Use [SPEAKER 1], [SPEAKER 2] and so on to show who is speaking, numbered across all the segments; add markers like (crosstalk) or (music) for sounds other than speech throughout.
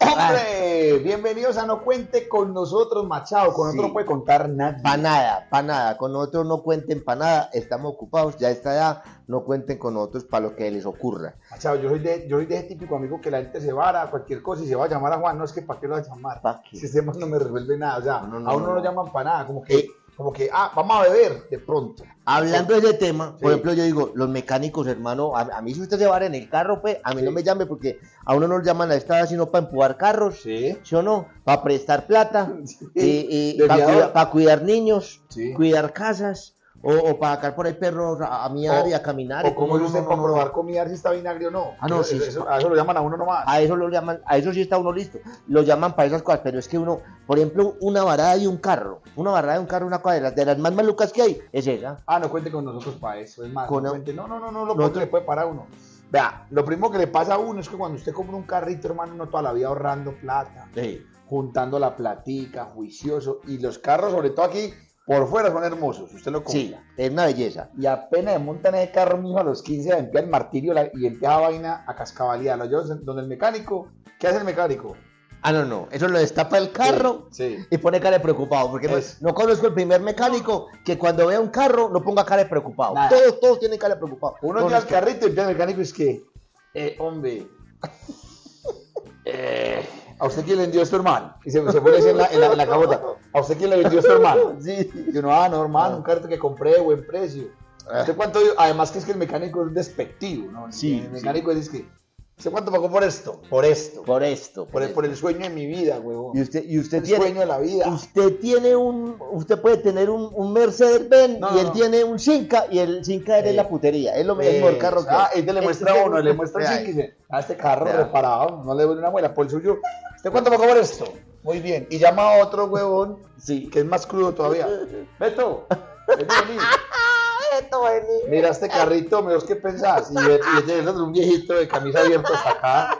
[SPEAKER 1] ¡Hombre! Bienvenidos a No Cuente con nosotros, Machado. Con nosotros
[SPEAKER 2] Ah. Sí.
[SPEAKER 1] no puede contar nadie.
[SPEAKER 2] Para nada, para nada. Con nosotros no cuenten para nada. Estamos ocupados. Ya a esta edad no cuenten con nosotros para lo que les ocurra.
[SPEAKER 1] Machado, yo soy, de, yo soy de ese típico amigo que la gente se vara a cualquier cosa y se va a llamar a Juan. No, es que ¿para qué lo va a llamar?
[SPEAKER 2] ¿Pa' qué?
[SPEAKER 1] Si ese man no me resuelve nada. O sea,
[SPEAKER 2] No, no,
[SPEAKER 1] a
[SPEAKER 2] no,
[SPEAKER 1] uno no
[SPEAKER 2] no.
[SPEAKER 1] lo llaman para nada. Como que,
[SPEAKER 2] Eh.
[SPEAKER 1] como que, ah, vamos a beber de pronto.
[SPEAKER 2] Hablando de ese tema,
[SPEAKER 1] Sí.
[SPEAKER 2] por ejemplo, yo digo, los mecánicos, hermano, a, a mí si usted se va en el carro, pues, a mí no
[SPEAKER 1] Sí.
[SPEAKER 2] me llame porque a uno no lo llaman a esta edad sino para empujar carros,
[SPEAKER 1] (laughs) Sí.
[SPEAKER 2] ¿sí o no? Para prestar plata,
[SPEAKER 1] de
[SPEAKER 2] para,
[SPEAKER 1] fiador.
[SPEAKER 2] cuidar niños,
[SPEAKER 1] Sí.
[SPEAKER 2] cuidar casas, o, para sacar por ahí perros a, a miar
[SPEAKER 1] O-
[SPEAKER 2] y a caminar.
[SPEAKER 1] O como
[SPEAKER 2] No,
[SPEAKER 1] dice usted
[SPEAKER 2] no, no,
[SPEAKER 1] para
[SPEAKER 2] no, no.
[SPEAKER 1] probar comida a ver si está vinagre o no.
[SPEAKER 2] Ah, no,
[SPEAKER 1] Eso-
[SPEAKER 2] sí.
[SPEAKER 1] eso- a eso lo llaman a uno nomás.
[SPEAKER 2] A eso lo llaman, a eso sí está uno listo. Lo llaman para esas cosas, pero es que uno, por ejemplo, una varada de un carro, una varada de un carro, una cosa de las, de las más malucas que hay, es esa.
[SPEAKER 1] Ah, no cuente con nosotros para eso, es más.
[SPEAKER 2] Con-
[SPEAKER 1] no, cuente. no, no, no, no, lo
[SPEAKER 2] Nosotros-
[SPEAKER 1] que le puede parar a uno. Vea, lo primero que le pasa a uno es que cuando usted compra un carrito, hermano, uno toda la vida ahorrando plata, juntando la platica, juicioso, y los carros, sobre todo aquí, por fuera son hermosos, usted lo
[SPEAKER 2] Sí,
[SPEAKER 1] compra.
[SPEAKER 2] es una belleza.
[SPEAKER 1] Y apenas montan ese carro mijo a los 15, empieza el martirio la- y empieza la vaina a cascabalidad. Lo llevan donde el mecánico, ¿qué hace el mecánico?
[SPEAKER 2] Ah, no, no, eso lo destapa el carro
[SPEAKER 1] Sí. sí.
[SPEAKER 2] y pone cara de preocupado, porque no,
[SPEAKER 1] Es.
[SPEAKER 2] no conozco el primer mecánico que cuando vea un carro no ponga cara de preocupado.
[SPEAKER 1] Nada.
[SPEAKER 2] Todos, todos tienen cara de preocupado.
[SPEAKER 1] Uno
[SPEAKER 2] No,
[SPEAKER 1] lleva
[SPEAKER 2] no,
[SPEAKER 1] el carrito y empieza el mecánico y es que, eh, hombre, eh, ¿a usted quién le vendió esto, hermano? Y se, se pone así en la, en, la, en la cabota, ¿a usted quién le vendió esto, (laughs) hermano?
[SPEAKER 2] Sí.
[SPEAKER 1] Y uno, ah, no, hermano,
[SPEAKER 2] Ah.
[SPEAKER 1] un carrito que compré de buen precio.
[SPEAKER 2] Ah.
[SPEAKER 1] ¿Usted cuánto dio? Además que es que el mecánico es despectivo, ¿no?
[SPEAKER 2] Sí,
[SPEAKER 1] El mecánico es que, ¿usted cuánto pagó por esto? Por esto. Por,
[SPEAKER 2] Por esto.
[SPEAKER 1] el, por el sueño de mi vida, huevón.
[SPEAKER 2] Y usted, y usted
[SPEAKER 1] el
[SPEAKER 2] tiene...
[SPEAKER 1] sueño de la vida.
[SPEAKER 2] Usted tiene un, usted puede tener un, un Mercedes Benz
[SPEAKER 1] No,
[SPEAKER 2] y él
[SPEAKER 1] no.
[SPEAKER 2] tiene un Cinca y el Cinca es
[SPEAKER 1] Eh.
[SPEAKER 2] la putería, es lo mismo el carro que.
[SPEAKER 1] Ah, y te le
[SPEAKER 2] Este
[SPEAKER 1] muestra
[SPEAKER 2] es
[SPEAKER 1] a
[SPEAKER 2] el-
[SPEAKER 1] uno, le muestra
[SPEAKER 2] Vea,
[SPEAKER 1] así que dice, a este carro
[SPEAKER 2] Vea.
[SPEAKER 1] reparado, no le duele una muela, por el suyo. ¿Usted cuánto pagó por esto? Muy bien. Y llama a otro huevón
[SPEAKER 2] Sí.
[SPEAKER 1] que es más crudo todavía. Beto, Beto, vení. Ah, Mira este carrito, mejor que pensás. Y ve- y es de un viejito de camisa abierta hasta acá,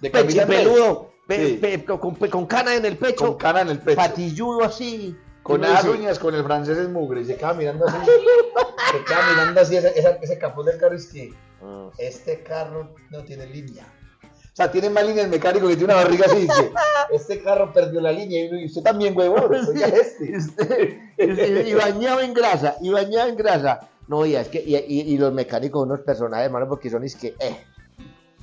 [SPEAKER 1] de camisa
[SPEAKER 2] Pecho
[SPEAKER 1] en el-
[SPEAKER 2] peludo, pe-
[SPEAKER 1] pues. Sí.
[SPEAKER 2] pe- con, pe- con cana en el
[SPEAKER 1] con
[SPEAKER 2] pecho,
[SPEAKER 1] cana en el pecho,
[SPEAKER 2] patilludo así.
[SPEAKER 1] con
[SPEAKER 2] Uno
[SPEAKER 1] las
[SPEAKER 2] dice,
[SPEAKER 1] uñas, con el francés es mugre, y se queda mirando así, se queda mirando así ese, ese, ese capó del carro y es que.
[SPEAKER 2] "Ah,
[SPEAKER 1] este carro no tiene línea. O sea, tiene más línea el mecánico que tiene una barriga así. Dice,
[SPEAKER 2] (laughs)
[SPEAKER 1] este carro perdió la línea y uno, "Y usted también, huevón. oiga este.
[SPEAKER 2] y y bañado en grasa, y bañado en grasa. No, y es que, y, y- y los mecánicos, son unos personajes, hermano, porque son es que, eh.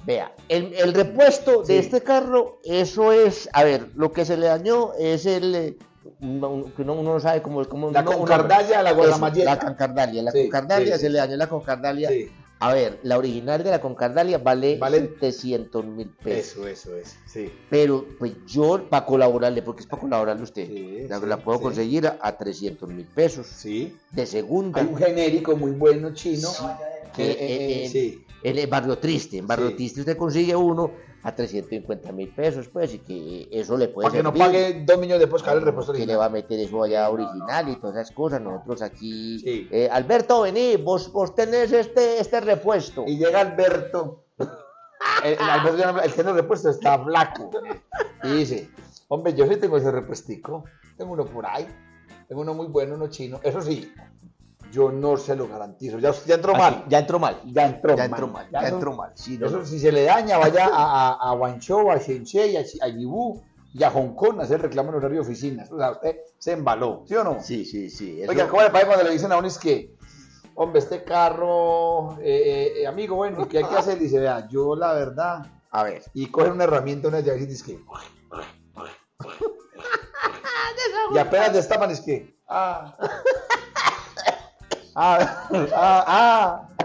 [SPEAKER 2] Vea, el, el repuesto
[SPEAKER 1] Sí.
[SPEAKER 2] de este carro, eso es, a ver, lo que se le dañó es el, eh, un- un- que uno, uno no sabe cómo es,
[SPEAKER 1] (laughs)
[SPEAKER 2] como
[SPEAKER 1] La concardalia, pues, la guadamayeta.
[SPEAKER 2] La concardalia, la
[SPEAKER 1] Sí,
[SPEAKER 2] concardalia,
[SPEAKER 1] sí,
[SPEAKER 2] se le dañó la concardalia.
[SPEAKER 1] Sí,
[SPEAKER 2] A ver, la original de la concardalia vale,
[SPEAKER 1] Vale.
[SPEAKER 2] 700 mil
[SPEAKER 1] eso,
[SPEAKER 2] pesos.
[SPEAKER 1] eso, eso. Sí.
[SPEAKER 2] Pero pues yo, para colaborarle, porque es para colaborarle a usted,
[SPEAKER 1] Sí,
[SPEAKER 2] la,
[SPEAKER 1] sí,
[SPEAKER 2] la puedo
[SPEAKER 1] sí.
[SPEAKER 2] conseguir a, a 300 mil pesos
[SPEAKER 1] Sí.
[SPEAKER 2] de segunda
[SPEAKER 1] Hay un genérico muy bueno chino. que,
[SPEAKER 2] Eh,
[SPEAKER 1] eh,
[SPEAKER 2] eh,
[SPEAKER 1] eh, sí.
[SPEAKER 2] en el barrio triste. En barrio
[SPEAKER 1] Sí.
[SPEAKER 2] triste usted consigue uno a 350 mil pesos, pues, y que eso le puede
[SPEAKER 1] Para que no
[SPEAKER 2] servir.
[SPEAKER 1] pague dos millones de pesos cada el repuesto
[SPEAKER 2] que le
[SPEAKER 1] original.
[SPEAKER 2] va a meter eso allá original y todas esas cosas. Nosotros aquí,
[SPEAKER 1] Sí.
[SPEAKER 2] eh, Alberto, vení, vos, vos tenés este, este repuesto.
[SPEAKER 1] Y llega Alberto. (laughs) El, el Alberto ya no- el que tiene el repuesto está flaco. Y dice, hombre, yo sí tengo ese repuestico. Tengo uno por ahí. Tengo uno muy bueno, uno chino. Eso sí, yo no se lo garantizo. Ya, ya entró
[SPEAKER 2] Así,
[SPEAKER 1] mal.
[SPEAKER 2] ya entró mal.
[SPEAKER 1] Ya entró
[SPEAKER 2] ya
[SPEAKER 1] mal.
[SPEAKER 2] entró mal,
[SPEAKER 1] Ya
[SPEAKER 2] ya
[SPEAKER 1] no-
[SPEAKER 2] entró mal. Sí, no,
[SPEAKER 1] Eso, si se le daña, vaya a, a, a Guangzhou, a Shenzhen, a, Chi- a Yibú y a Hong Kong a hacer reclamo en horario de oficinas. O sea, usted se embaló, ¿sí o no?
[SPEAKER 2] sí, sí, sí. eso-
[SPEAKER 1] Oiga, ¿cómo le parece cuando le dicen a uno es que, hombre, este carro, eh, eh, eh, amigo, bueno, ¿qué hay que hacer? Y dice, vea, yo la verdad,
[SPEAKER 2] a ver.
[SPEAKER 1] y coge una herramienta, una llave y dice que.
[SPEAKER 2] (laughs)
[SPEAKER 1] y apenas destapan, es que. Ah. Ah, (laughs) ah, ah.
[SPEAKER 2] (laughs)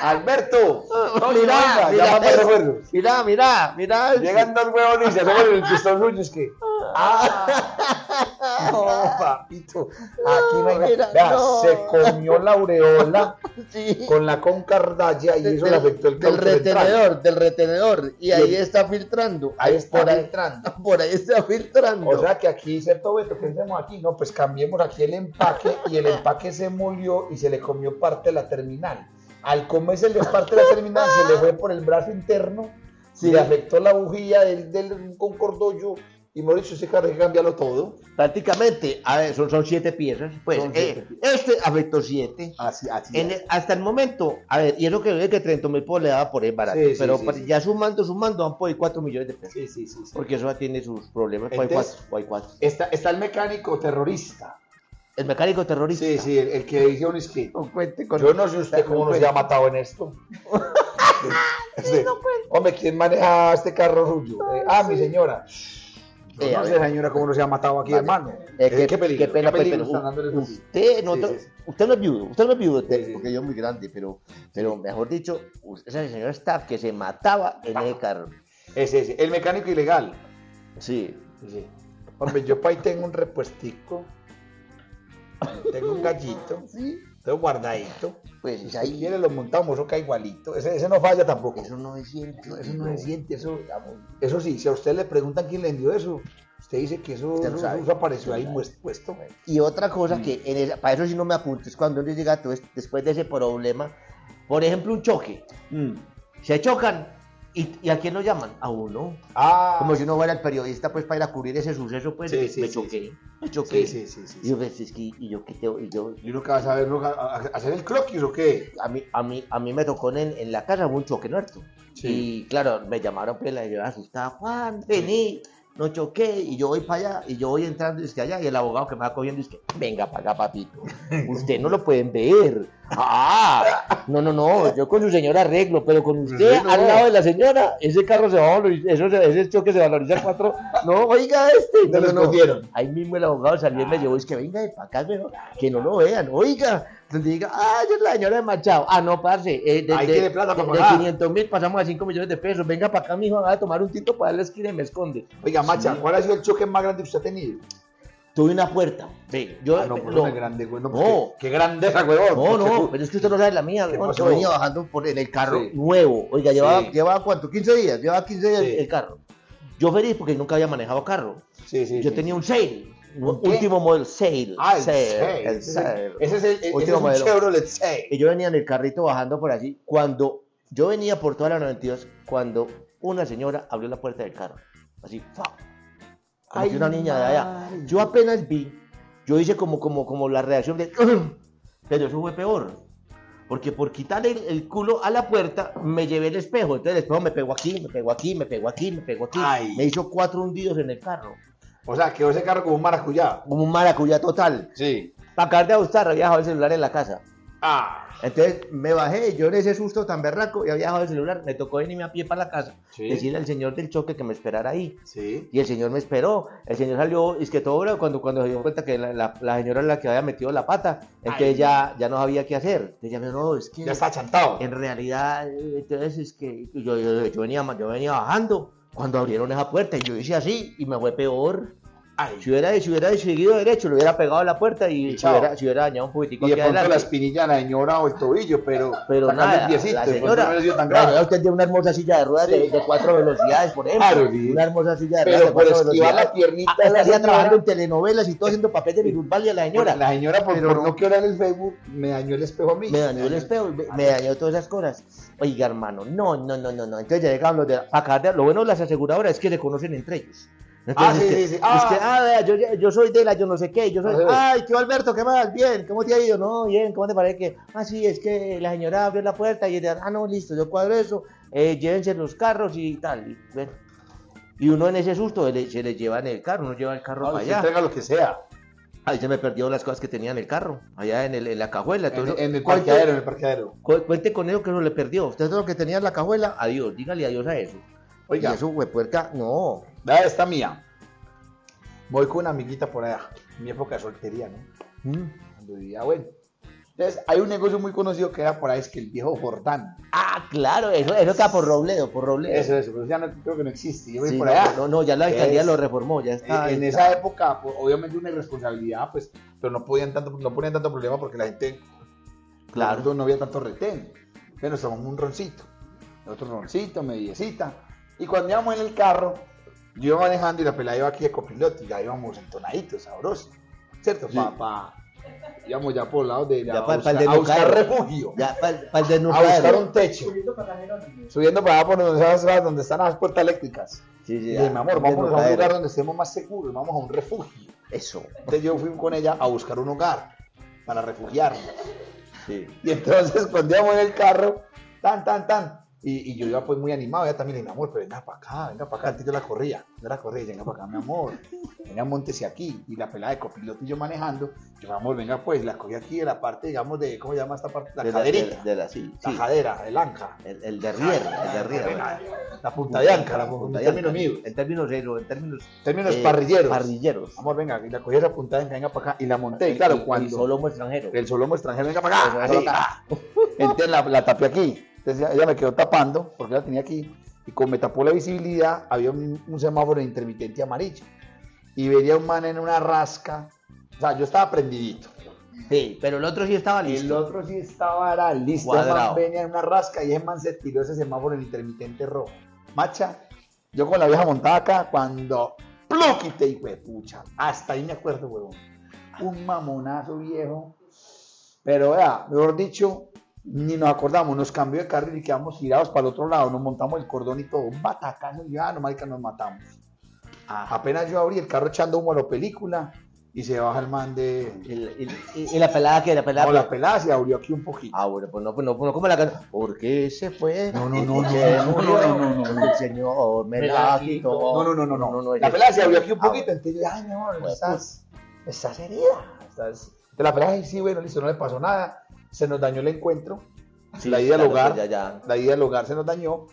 [SPEAKER 1] Alberto, no, Miranda, ya va para el recuerdo.
[SPEAKER 2] Mira, mira, mira.
[SPEAKER 1] Llegan dos huevones y se asoman en el pistón suyo, es
[SPEAKER 2] (laughs)
[SPEAKER 1] que. ¡Ah! No, papito. Aquí no hay nada.
[SPEAKER 2] Ah, Mira,
[SPEAKER 1] Vea,
[SPEAKER 2] no.
[SPEAKER 1] se comió la
[SPEAKER 2] (laughs)
[SPEAKER 1] aureola
[SPEAKER 2] Sí.
[SPEAKER 1] con la concardalia y eso le afectó el
[SPEAKER 2] del
[SPEAKER 1] caucho
[SPEAKER 2] retenedor,
[SPEAKER 1] ventral.
[SPEAKER 2] del retenedor. Y,
[SPEAKER 1] Y
[SPEAKER 2] ahí
[SPEAKER 1] el-
[SPEAKER 2] está filtrando.
[SPEAKER 1] Ahí está
[SPEAKER 2] por ahí,
[SPEAKER 1] entrando.
[SPEAKER 2] (laughs) por ahí está filtrando.
[SPEAKER 1] O sea que aquí, ¿cierto, Beto? ¿Qué hacemos aquí? No, pues cambiemos aquí el empaque y el empaque se molió y se le comió parte de la terminal. Al comerse la parte de la terminal, se le fue por el brazo interno, se
[SPEAKER 2] Sí.
[SPEAKER 1] le afectó la bujía del, del concordollo Y Mauricio, ese carro hay que cambiarlo todo.
[SPEAKER 2] Prácticamente, a ver, son, son siete piezas. Pues
[SPEAKER 1] Son
[SPEAKER 2] eh,
[SPEAKER 1] siete
[SPEAKER 2] este afectó siete.
[SPEAKER 1] Así, así.
[SPEAKER 2] En
[SPEAKER 1] es.
[SPEAKER 2] el- hasta el momento, a ver, y eso que que 30 mil por le daba por el barato,
[SPEAKER 1] Sí, sí,
[SPEAKER 2] pero
[SPEAKER 1] sí,
[SPEAKER 2] pues,
[SPEAKER 1] sí.
[SPEAKER 2] ya sumando, sumando, van por ahí 4 millones de pesos.
[SPEAKER 1] Sí, sí, sí. sí.
[SPEAKER 2] Porque eso ya tiene sus problemas. Por ahí
[SPEAKER 1] Entonces-
[SPEAKER 2] cuatro, por ahí cuatro.
[SPEAKER 1] Está, está el mecánico terrorista.
[SPEAKER 2] El mecánico terrorista.
[SPEAKER 1] Sí, sí, el, el que dice un esquí.
[SPEAKER 2] No cuente con-
[SPEAKER 1] Yo no sé usted
[SPEAKER 2] no
[SPEAKER 1] cómo no
[SPEAKER 2] cuente.
[SPEAKER 1] se ha matado en
[SPEAKER 2] (laughs)
[SPEAKER 1] esto. Este, Hombre, ¿quién maneja este carro suyo? Eh, ah, mi señora. Yo
[SPEAKER 2] Eh, a
[SPEAKER 1] no sé,
[SPEAKER 2] ver.
[SPEAKER 1] señora, cómo no se ha matado aquí,
[SPEAKER 2] Vale.
[SPEAKER 1] hermano.
[SPEAKER 2] Eh,
[SPEAKER 1] Eh,
[SPEAKER 2] qué,
[SPEAKER 1] peligro,
[SPEAKER 2] qué pena,
[SPEAKER 1] qué
[SPEAKER 2] pues,
[SPEAKER 1] peligro
[SPEAKER 2] pero
[SPEAKER 1] están dándoles
[SPEAKER 2] u-
[SPEAKER 1] así.
[SPEAKER 2] usted, no,
[SPEAKER 1] Sí,
[SPEAKER 2] te-
[SPEAKER 1] sí.
[SPEAKER 2] usted no es viudo, usted no es viudo, te-
[SPEAKER 1] Sí, sí.
[SPEAKER 2] porque yo muy grande, pero, pero mejor dicho, u- esa señora staff que se mataba
[SPEAKER 1] Ah.
[SPEAKER 2] en el carro.
[SPEAKER 1] Ese, ese, el mecánico ilegal.
[SPEAKER 2] Sí.
[SPEAKER 1] Sí. Hombre, yo para ahí tengo un repuestico. Tengo un gallito.
[SPEAKER 2] (laughs) Sí.
[SPEAKER 1] Tengo guardadito.
[SPEAKER 2] Pues es
[SPEAKER 1] Si
[SPEAKER 2] ahí.
[SPEAKER 1] quiere lo montamos, eso cae igualito. Ese, ese no falla tampoco.
[SPEAKER 2] Eso no es cierto.
[SPEAKER 1] Eso no se siente, eso, digamos, eso sí, si a usted le preguntan quién le vendió eso, usted dice que eso,
[SPEAKER 2] Usted lo
[SPEAKER 1] eso-
[SPEAKER 2] sabe.
[SPEAKER 1] eso apareció
[SPEAKER 2] Usted
[SPEAKER 1] ahí
[SPEAKER 2] lo
[SPEAKER 1] muest- puesto.
[SPEAKER 2] Y otra cosa que en esa- para eso sí no me apunto, es cuando uno llega todo es- después de ese problema, por ejemplo, un choque.
[SPEAKER 1] Mm.
[SPEAKER 2] Se chocan. ¿Y, y a quién lo llaman? A uno.
[SPEAKER 1] Ah,
[SPEAKER 2] Como si uno fuera el periodista, pues para ir a cubrir ese suceso, pues
[SPEAKER 1] Sí, sí,
[SPEAKER 2] me
[SPEAKER 1] sí,
[SPEAKER 2] choqué. Me choqué.
[SPEAKER 1] sí, sí, sí, sí.
[SPEAKER 2] Y yo, pues, es que, y yo, ¿qué te- y yo,
[SPEAKER 1] ¿Y uno que va a saber ¿no? a- a- hacer el croquis o qué?
[SPEAKER 2] a mí, a mí, a mí me tocó en, en la casa hubo un choque muerto.
[SPEAKER 1] Sí.
[SPEAKER 2] Y claro, me llamaron pues la yo asustada, Juan, vení, no choqué, y yo voy para allá, y yo voy entrando es que allá, y el abogado que me va cogiendo dice, venga para
[SPEAKER 1] (laughs)
[SPEAKER 2] acá, papito, usted no lo pueden ver. Ah, no, no, no, yo con su señora arreglo, pero con usted
[SPEAKER 1] Sí, no.
[SPEAKER 2] al lado de la señora, ese carro se va a valorizar, eso se- ese choque se valoriza en cuatro, no, oiga este,
[SPEAKER 1] No lo escondieron.
[SPEAKER 2] Ahí mismo el abogado salió y
[SPEAKER 1] Ah.
[SPEAKER 2] me llevó, es que venga para acá, mejor, que no lo vean, oiga. Donde diga, ah, esa es la señora de Machado. Ah, no, parce, eh, de,
[SPEAKER 1] Ahí
[SPEAKER 2] de-
[SPEAKER 1] tiene plata
[SPEAKER 2] de-
[SPEAKER 1] para
[SPEAKER 2] de
[SPEAKER 1] pagar.
[SPEAKER 2] 500 mil pasamos a 5 millones de pesos. Venga para acá, mijo, haga a tomar un tito para darle esquina y me esconde.
[SPEAKER 1] Oiga, Macha,
[SPEAKER 2] Sí.
[SPEAKER 1] ¿cuál ha sido el choque más grande que usted ha tenido?
[SPEAKER 2] Tuve una puerta. Ve, yo,
[SPEAKER 1] Ah, no, pues
[SPEAKER 2] no,
[SPEAKER 1] no es grande, güey. No,
[SPEAKER 2] No.
[SPEAKER 1] pues qué, qué grandeza, huevón.
[SPEAKER 2] no,
[SPEAKER 1] Porque
[SPEAKER 2] no,
[SPEAKER 1] tú-
[SPEAKER 2] pero es que usted no sabe la mía.
[SPEAKER 1] ¿Qué
[SPEAKER 2] weón.
[SPEAKER 1] pasó?
[SPEAKER 2] Yo venía bajando por, en el carro
[SPEAKER 1] Sí.
[SPEAKER 2] nuevo. Oiga, llevaba,
[SPEAKER 1] Sí.
[SPEAKER 2] llevaba cuánto, 15 días, llevaba 15 días
[SPEAKER 1] Sí.
[SPEAKER 2] el carro. Yo feliz porque nunca había manejado carro.
[SPEAKER 1] Sí, sí,
[SPEAKER 2] yo
[SPEAKER 1] sí.
[SPEAKER 2] tenía un Sail, un
[SPEAKER 1] ¿Qué?
[SPEAKER 2] último modelo Sail.
[SPEAKER 1] Ah, el
[SPEAKER 2] Sail,
[SPEAKER 1] Sail,
[SPEAKER 2] el
[SPEAKER 1] ese es
[SPEAKER 2] Sail.
[SPEAKER 1] el- Ese es el ese
[SPEAKER 2] Último
[SPEAKER 1] es un
[SPEAKER 2] modelo.
[SPEAKER 1] Chevrolet Sail.
[SPEAKER 2] Y yo venía en el carrito bajando por allí. Cuando yo venía por toda la 92, cuando una señora abrió la puerta del carro. Así, fa. Como
[SPEAKER 1] Ay,
[SPEAKER 2] si una niña de allá.
[SPEAKER 1] madre.
[SPEAKER 2] Yo apenas vi, yo hice como, como, como la reacción de. (clears throat) "Ugh". Pero eso fue peor. Porque por quitar el, el culo a la puerta, me llevé el espejo. Entonces el espejo me pegó aquí, me pegó aquí, me pegó aquí, me pegó aquí.
[SPEAKER 1] Ay.
[SPEAKER 2] Me hizo cuatro hundidos en el carro.
[SPEAKER 1] O sea, quedó ese carro como un maracuyá.
[SPEAKER 2] Como un maracuyá total.
[SPEAKER 1] Sí.
[SPEAKER 2] Para acabar de ajustar, había dejado el celular en la casa.
[SPEAKER 1] Ah.
[SPEAKER 2] Entonces me bajé, yo en ese susto tan berraco y había dejado el celular, me tocó venirme a pie para la casa,
[SPEAKER 1] Sí.
[SPEAKER 2] decirle al señor del choque que me esperara ahí.
[SPEAKER 1] Sí.
[SPEAKER 2] Y el señor me esperó, el señor salió, y es que todo bravo, cuando, cuando se dio cuenta que la, la- la señora era la que había metido la pata, entonces
[SPEAKER 1] Ay.
[SPEAKER 2] ya, ya no sabía qué hacer. Entonces ya me dijo, no, es que
[SPEAKER 1] Ya está achantado.
[SPEAKER 2] en realidad, eh, entonces es que yo, yo- yo venía, ma- yo venía bajando cuando abrieron esa puerta y yo hice así y me fue peor.
[SPEAKER 1] Ay.
[SPEAKER 2] Si hubiera, si hubiera seguido derecho, le hubiera pegado a la puerta y,
[SPEAKER 1] Y
[SPEAKER 2] se
[SPEAKER 1] chao.
[SPEAKER 2] hubiera, se hubiera dañado un poquitico
[SPEAKER 1] Y de
[SPEAKER 2] aquí
[SPEAKER 1] pronto la
[SPEAKER 2] adelante.
[SPEAKER 1] espinilla de la señora o el tobillo, pero,
[SPEAKER 2] Pero
[SPEAKER 1] sacando
[SPEAKER 2] nada,
[SPEAKER 1] el piecito,
[SPEAKER 2] la
[SPEAKER 1] pues,
[SPEAKER 2] señora,
[SPEAKER 1] no hubiera sido tan
[SPEAKER 2] la
[SPEAKER 1] grave.
[SPEAKER 2] señora usted tiene una hermosa silla de ruedas de, de cuatro velocidades, por ejemplo.
[SPEAKER 1] Claro, sí.
[SPEAKER 2] Una hermosa silla de ruedas de
[SPEAKER 1] Pero por
[SPEAKER 2] cuatro
[SPEAKER 1] esquivar
[SPEAKER 2] velocidades.
[SPEAKER 1] la piernita
[SPEAKER 2] Ah,
[SPEAKER 1] de la
[SPEAKER 2] estaría
[SPEAKER 1] señora,
[SPEAKER 2] trabajando en telenovelas y todo haciendo papel de minusvalía la señora.
[SPEAKER 1] la señora por,
[SPEAKER 2] Pero
[SPEAKER 1] por
[SPEAKER 2] no.
[SPEAKER 1] no quebrar el Facebook me dañó el espejo a mí.
[SPEAKER 2] Me dañó el espejo, me, me dañó todas esas cosas. Oiga, hermano, no, no, no, no, no. Entonces ya llegaban los de la pa' acabar de- Lo bueno de las aseguradoras es que se conocen entre ellos.
[SPEAKER 1] Ah, sí,
[SPEAKER 2] es que-
[SPEAKER 1] sí, sí.
[SPEAKER 2] es que,
[SPEAKER 1] Ah.
[SPEAKER 2] ah, vea, yo, yo soy de la, yo no sé qué, yo soy.
[SPEAKER 1] Ajá.
[SPEAKER 2] Ay, tío Alberto, ¿qué más? Bien, ¿cómo te ha ido? No, bien, ¿cómo te parece que? Ah, sí, es que la señora abrió la puerta y ella, ah, no, listo, yo cuadro eso, eh, llévense los carros y tal. Y, bueno. Y uno en ese susto se le, se le llevan el carro, uno lleva el carro
[SPEAKER 1] No,
[SPEAKER 2] para
[SPEAKER 1] se
[SPEAKER 2] allá.
[SPEAKER 1] entrega lo que sea.
[SPEAKER 2] Ahí se me perdió las cosas que tenía en el carro, allá en, el, en la cajuela. todo
[SPEAKER 1] En,
[SPEAKER 2] eso.
[SPEAKER 1] en el
[SPEAKER 2] ¿Cuánto-
[SPEAKER 1] parqueadero, en el parqueadero.
[SPEAKER 2] Cu- Cuente con eso que no le perdió. Usted todo lo que tenía en la cajuela, adiós, dígale adiós a eso.
[SPEAKER 1] Oiga,
[SPEAKER 2] Y eso, huepuerca, no.
[SPEAKER 1] vea esta mía. Voy con una amiguita por allá. Mi época de soltería, ¿no?
[SPEAKER 2] Mm.
[SPEAKER 1] Cuando vivía, bueno. Entonces, hay un negocio muy conocido que era por ahí, es que el viejo Jordán.
[SPEAKER 2] Ah, claro, eso, eso está por Robledo, por Robledo.
[SPEAKER 1] Eso, eso, pero ya no, creo que no existe. Yo voy
[SPEAKER 2] Sí,
[SPEAKER 1] por
[SPEAKER 2] no, pues,
[SPEAKER 1] allá.
[SPEAKER 2] no, no, ya la alcaldía
[SPEAKER 1] Es-
[SPEAKER 2] lo reformó, ya está.
[SPEAKER 1] en
[SPEAKER 2] Ah, ya
[SPEAKER 1] esa
[SPEAKER 2] está.
[SPEAKER 1] época, pues, obviamente una irresponsabilidad, pues, pero no podían tanto, no ponían tanto problema porque la gente,
[SPEAKER 2] Claro.
[SPEAKER 1] no había tanto retén. Pero nos tomamos un roncito, otro roncito, mediecita. Y cuando íbamos en el carro, yo iba manejando y la pelada iba aquí de copiloto y ya íbamos entonaditos, sabrosos, ¿cierto?
[SPEAKER 2] Sí.
[SPEAKER 1] Pa, pa, Íbamos ya por el lado de.
[SPEAKER 2] Ya
[SPEAKER 1] a
[SPEAKER 2] pa- pa'l
[SPEAKER 1] buscar,
[SPEAKER 2] de
[SPEAKER 1] a buscar
[SPEAKER 2] Nucadero.
[SPEAKER 1] refugio.
[SPEAKER 2] Ya, para el
[SPEAKER 1] a buscar
[SPEAKER 2] desnucadero.
[SPEAKER 1] un techo. Subiendo para allá por donde esas- esas- donde están las puertas eléctricas.
[SPEAKER 2] Sí, sí,
[SPEAKER 1] Y
[SPEAKER 2] ya,
[SPEAKER 1] dije, mi amor,
[SPEAKER 2] pa'l
[SPEAKER 1] vamos a un
[SPEAKER 2] desnucadero.
[SPEAKER 1] lugar donde estemos más seguros, vamos a un refugio.
[SPEAKER 2] Eso.
[SPEAKER 1] Entonces yo fui con ella a buscar un hogar para refugiarnos.
[SPEAKER 2] Sí.
[SPEAKER 1] Y entonces (laughs) escondíamos en el carro, tan, tan, tan. Y, y yo iba pues muy animado, ella también le mi amor, pero venga para acá, venga para acá. Antes yo la corría, yo la corría, venga para acá, mi amor, venga, montese aquí. Y la pelada de copiloto y yo manejando, yo, mi amor, venga pues, la cogí aquí de la parte, digamos, de, ¿cómo se llama esta parte? La
[SPEAKER 2] De
[SPEAKER 1] caderita,
[SPEAKER 2] de- de la- sí,
[SPEAKER 1] la
[SPEAKER 2] sí.
[SPEAKER 1] cadera, el anca.
[SPEAKER 2] El, el derrier, el derrier.
[SPEAKER 1] La, la punta de anca, la punta
[SPEAKER 2] punta
[SPEAKER 1] de
[SPEAKER 2] de
[SPEAKER 1] término
[SPEAKER 2] anca.
[SPEAKER 1] mío.
[SPEAKER 2] En términos negros, en términos.
[SPEAKER 1] Términos
[SPEAKER 2] eh,
[SPEAKER 1] parrilleros.
[SPEAKER 2] Parrilleros.
[SPEAKER 1] Amor, venga, y la cogí esa punta de anca, venga para acá. Y la monté, y claro,
[SPEAKER 2] Y- y
[SPEAKER 1] cuando...
[SPEAKER 2] Solomo extranjero.
[SPEAKER 1] el solomo extranjero, venga para acá.
[SPEAKER 2] Eso,
[SPEAKER 1] así,
[SPEAKER 2] eso,
[SPEAKER 1] ah. Entonces la, la tapé aquí. Entonces ella me quedó tapando porque la tenía aquí. Y como me tapó la visibilidad, había un, un semáforo intermitente amarillo. Y venía un man en una rasca. O sea, yo estaba prendidito.
[SPEAKER 2] Sí, pero el otro sí estaba
[SPEAKER 1] El
[SPEAKER 2] listo.
[SPEAKER 1] otro sí estaba era listo. El
[SPEAKER 2] Cuadrado.
[SPEAKER 1] man venía en una rasca y ese man se tiró ese semáforo en intermitente rojo. Macha, yo con la vieja montada acá, cuando pluquite y pucha. Hasta ahí me acuerdo, huevón. Un mamonazo viejo. Pero vea, mejor dicho, ni nos acordamos, nos cambió de carril y quedamos tirados para el otro lado, nos montamos el cordón y todo, un batacazo y ya, no marica, nos matamos.
[SPEAKER 2] Ah.
[SPEAKER 1] Apenas yo abrí el carro echando humo a la película y se baja el man de...
[SPEAKER 2] El- el- y- y la pelada que la pelada.
[SPEAKER 1] No, la pelada se abrió aquí un poquito.
[SPEAKER 2] Ah, bueno, pues no, pues no, pues no, ¿cómo la canción? ¿Por qué se fue?
[SPEAKER 1] No, no, no, no,
[SPEAKER 2] Se
[SPEAKER 1] no, no,
[SPEAKER 2] murió.
[SPEAKER 1] no, no, no, no.
[SPEAKER 2] El señor me la quitó.
[SPEAKER 1] No, no, no, no, no.
[SPEAKER 2] ella-
[SPEAKER 1] la pelada se abrió aquí un
[SPEAKER 2] Ah,
[SPEAKER 1] poquito, entonces yo, ay, mi amor,
[SPEAKER 2] Pues,
[SPEAKER 1] estás, estás herida. Estás... De la pelada, ay, sí, bueno, listo, no le pasó nada. Se nos dañó el encuentro,
[SPEAKER 2] bueno.
[SPEAKER 1] la idea del
[SPEAKER 2] Ah, claro,
[SPEAKER 1] hogar.
[SPEAKER 2] Ya, ya.
[SPEAKER 1] la ida del hogar se nos dañó.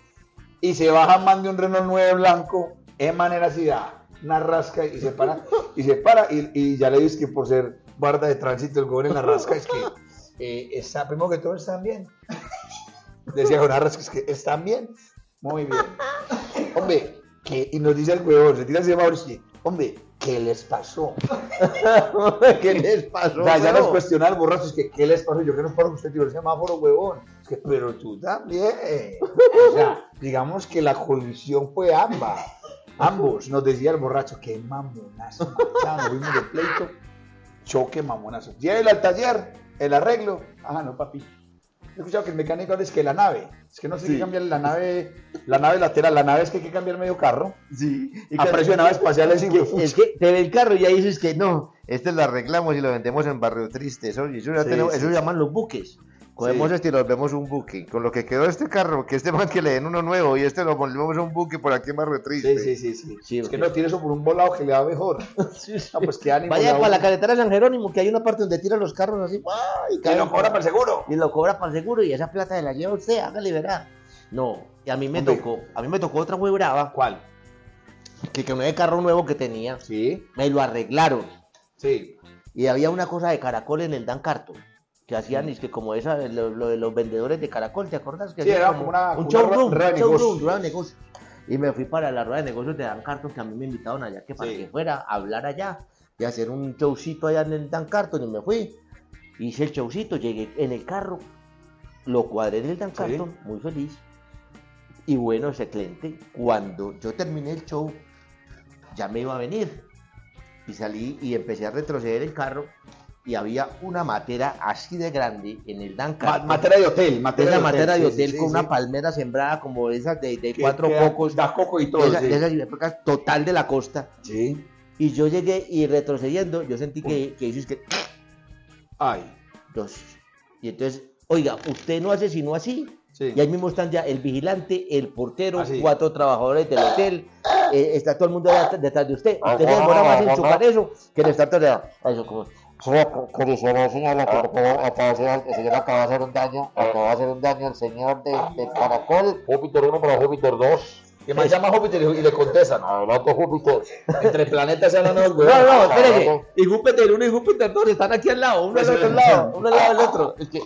[SPEAKER 1] Y se baja man de un Renault 9 blanco, en manera así, da una rasca y se para, y se para, y, y ya le dices que por ser guarda de tránsito, el gobierno en la rasca es que, eh, está, primero que todo, están bien. (laughs) Decía con la rasca, es que están bien. Muy bien. Hombre, que, y nos dice el huevón, se tira el semáforo y dice, hombre, ¿qué les pasó? (laughs)
[SPEAKER 2] ¿Qué les pasó?
[SPEAKER 1] O sea, ya nos
[SPEAKER 2] huevón?
[SPEAKER 1] cuestiona el borracho, es que ¿qué les pasó? Yo que nos paro que usted tiró el semáforo, huevón. Es que, pero tú también. O sea, digamos que la colisión fue ambas. Ambos, nos decía el borracho, qué mamonazo. Ya nos vimos de pleito, choque mamonazo. Llévelo al taller, el arreglo. Ah, no, papi. He escuchado que el mecánico ahora es que la nave. Es que no sé
[SPEAKER 2] Sí.
[SPEAKER 1] qué cambiar la nave, la nave lateral, la nave es que hay que cambiar medio carro.
[SPEAKER 2] Sí. Y
[SPEAKER 1] A
[SPEAKER 2] cuando-
[SPEAKER 1] precio de nave espacial (laughs) es
[SPEAKER 2] que- Es que te ve el carro y ya dices que no, este lo arreglamos y lo vendemos en Barrio Triste. Eso, eso, ya
[SPEAKER 1] Sí,
[SPEAKER 2] tenemos-
[SPEAKER 1] sí,
[SPEAKER 2] eso
[SPEAKER 1] sí.
[SPEAKER 2] llaman los buques. Cogemos
[SPEAKER 1] Sí.
[SPEAKER 2] este y nos vemos un buque. Con lo que quedó este carro, que este (laughs) más que le den uno nuevo y este lo volvemos a un buque por aquí en Barrio Triste.
[SPEAKER 1] Sí, sí, sí, sí.
[SPEAKER 2] Sí,
[SPEAKER 1] es que
[SPEAKER 2] ok.
[SPEAKER 1] no tiene eso por un volado que le va
[SPEAKER 2] (laughs)
[SPEAKER 1] mejor. No, pues qué ánimo.
[SPEAKER 2] Vaya
[SPEAKER 1] la
[SPEAKER 2] para la
[SPEAKER 1] uno.
[SPEAKER 2] carretera de San Jerónimo, que hay una parte donde tiran los carros así. ¡guau! Y,
[SPEAKER 1] Que
[SPEAKER 2] caen.
[SPEAKER 1] lo cobra para el seguro.
[SPEAKER 2] Y lo cobra para el seguro y esa plata se la lleva usted, hágale verá. No, y a mí me
[SPEAKER 1] Hombre.
[SPEAKER 2] tocó, a mí me tocó otra muy brava,
[SPEAKER 1] ¿Cuál?
[SPEAKER 2] que que no era el carro nuevo que tenía,
[SPEAKER 1] Sí,
[SPEAKER 2] me lo arreglaron.
[SPEAKER 1] sí.
[SPEAKER 2] Y había una cosa de caracol en el Dan Carton. Que hacían, es que como esa, lo, lo de los vendedores de caracol, ¿te acordás? Que
[SPEAKER 1] Sí,
[SPEAKER 2] hacían
[SPEAKER 1] era como una-
[SPEAKER 2] un
[SPEAKER 1] una
[SPEAKER 2] showroom,
[SPEAKER 1] rueda de
[SPEAKER 2] un showroom,
[SPEAKER 1] negocios.
[SPEAKER 2] rueda de negocios. Y me fui para la rueda de negocios de Dan Carton, que a mí me invitaron allá, que para
[SPEAKER 1] Sí.
[SPEAKER 2] que fuera a hablar allá y hacer un showcito allá en el Dan Carton. Y me fui, hice el showcito, llegué en el carro, lo cuadré en el Dan
[SPEAKER 1] Sí.
[SPEAKER 2] Carton, muy feliz. Y bueno, ese cliente, cuando yo terminé el show, ya me iba a venir. Y salí y empecé a retroceder el carro y había una matera así de grande en el Dan
[SPEAKER 1] Ma-
[SPEAKER 2] Carton.
[SPEAKER 1] materia de hotel. Materia
[SPEAKER 2] Esa matera de
[SPEAKER 1] sí, sí,
[SPEAKER 2] hotel
[SPEAKER 1] sí,
[SPEAKER 2] con
[SPEAKER 1] sí.
[SPEAKER 2] una palmera sembrada como esas de, de
[SPEAKER 1] Que
[SPEAKER 2] cuatro
[SPEAKER 1] queda-
[SPEAKER 2] cocos.
[SPEAKER 1] Da coco y
[SPEAKER 2] de
[SPEAKER 1] todo.
[SPEAKER 2] esas-
[SPEAKER 1] sí.
[SPEAKER 2] de esas épocas total de la costa.
[SPEAKER 1] Sí.
[SPEAKER 2] Y yo llegué y retrocediendo, yo sentí que, que hizo es que
[SPEAKER 1] Ay.
[SPEAKER 2] dos. Y entonces, oiga, usted no asesinó así.
[SPEAKER 1] Sí.
[SPEAKER 2] Y ahí mismo están ya el vigilante, el portero,
[SPEAKER 1] Así.
[SPEAKER 2] cuatro trabajadores del hotel. eh, está todo el mundo detrás, detrás de usted. Usted se demora más en chupar eso que en estar todavía. Eso como.
[SPEAKER 3] Solo colisionó, señor, lo cortó, acaba de hacer, el señor acaba de hacer un daño, acaba de hacer un daño el señor de, de Caracol. Júpiter 1 para Júpiter 2.
[SPEAKER 1] Y me llama Júpiter y y le contestan.
[SPEAKER 3] Adelante Júpiter.
[SPEAKER 1] Entre planetas se hablan los
[SPEAKER 2] No, no, espérese.
[SPEAKER 3] Carajo.
[SPEAKER 2] Y Júpiter uno y Júpiter dos están aquí al lado, uno al
[SPEAKER 1] Eso
[SPEAKER 2] otro
[SPEAKER 1] es.
[SPEAKER 2] lado, uno al lado del otro. Es que-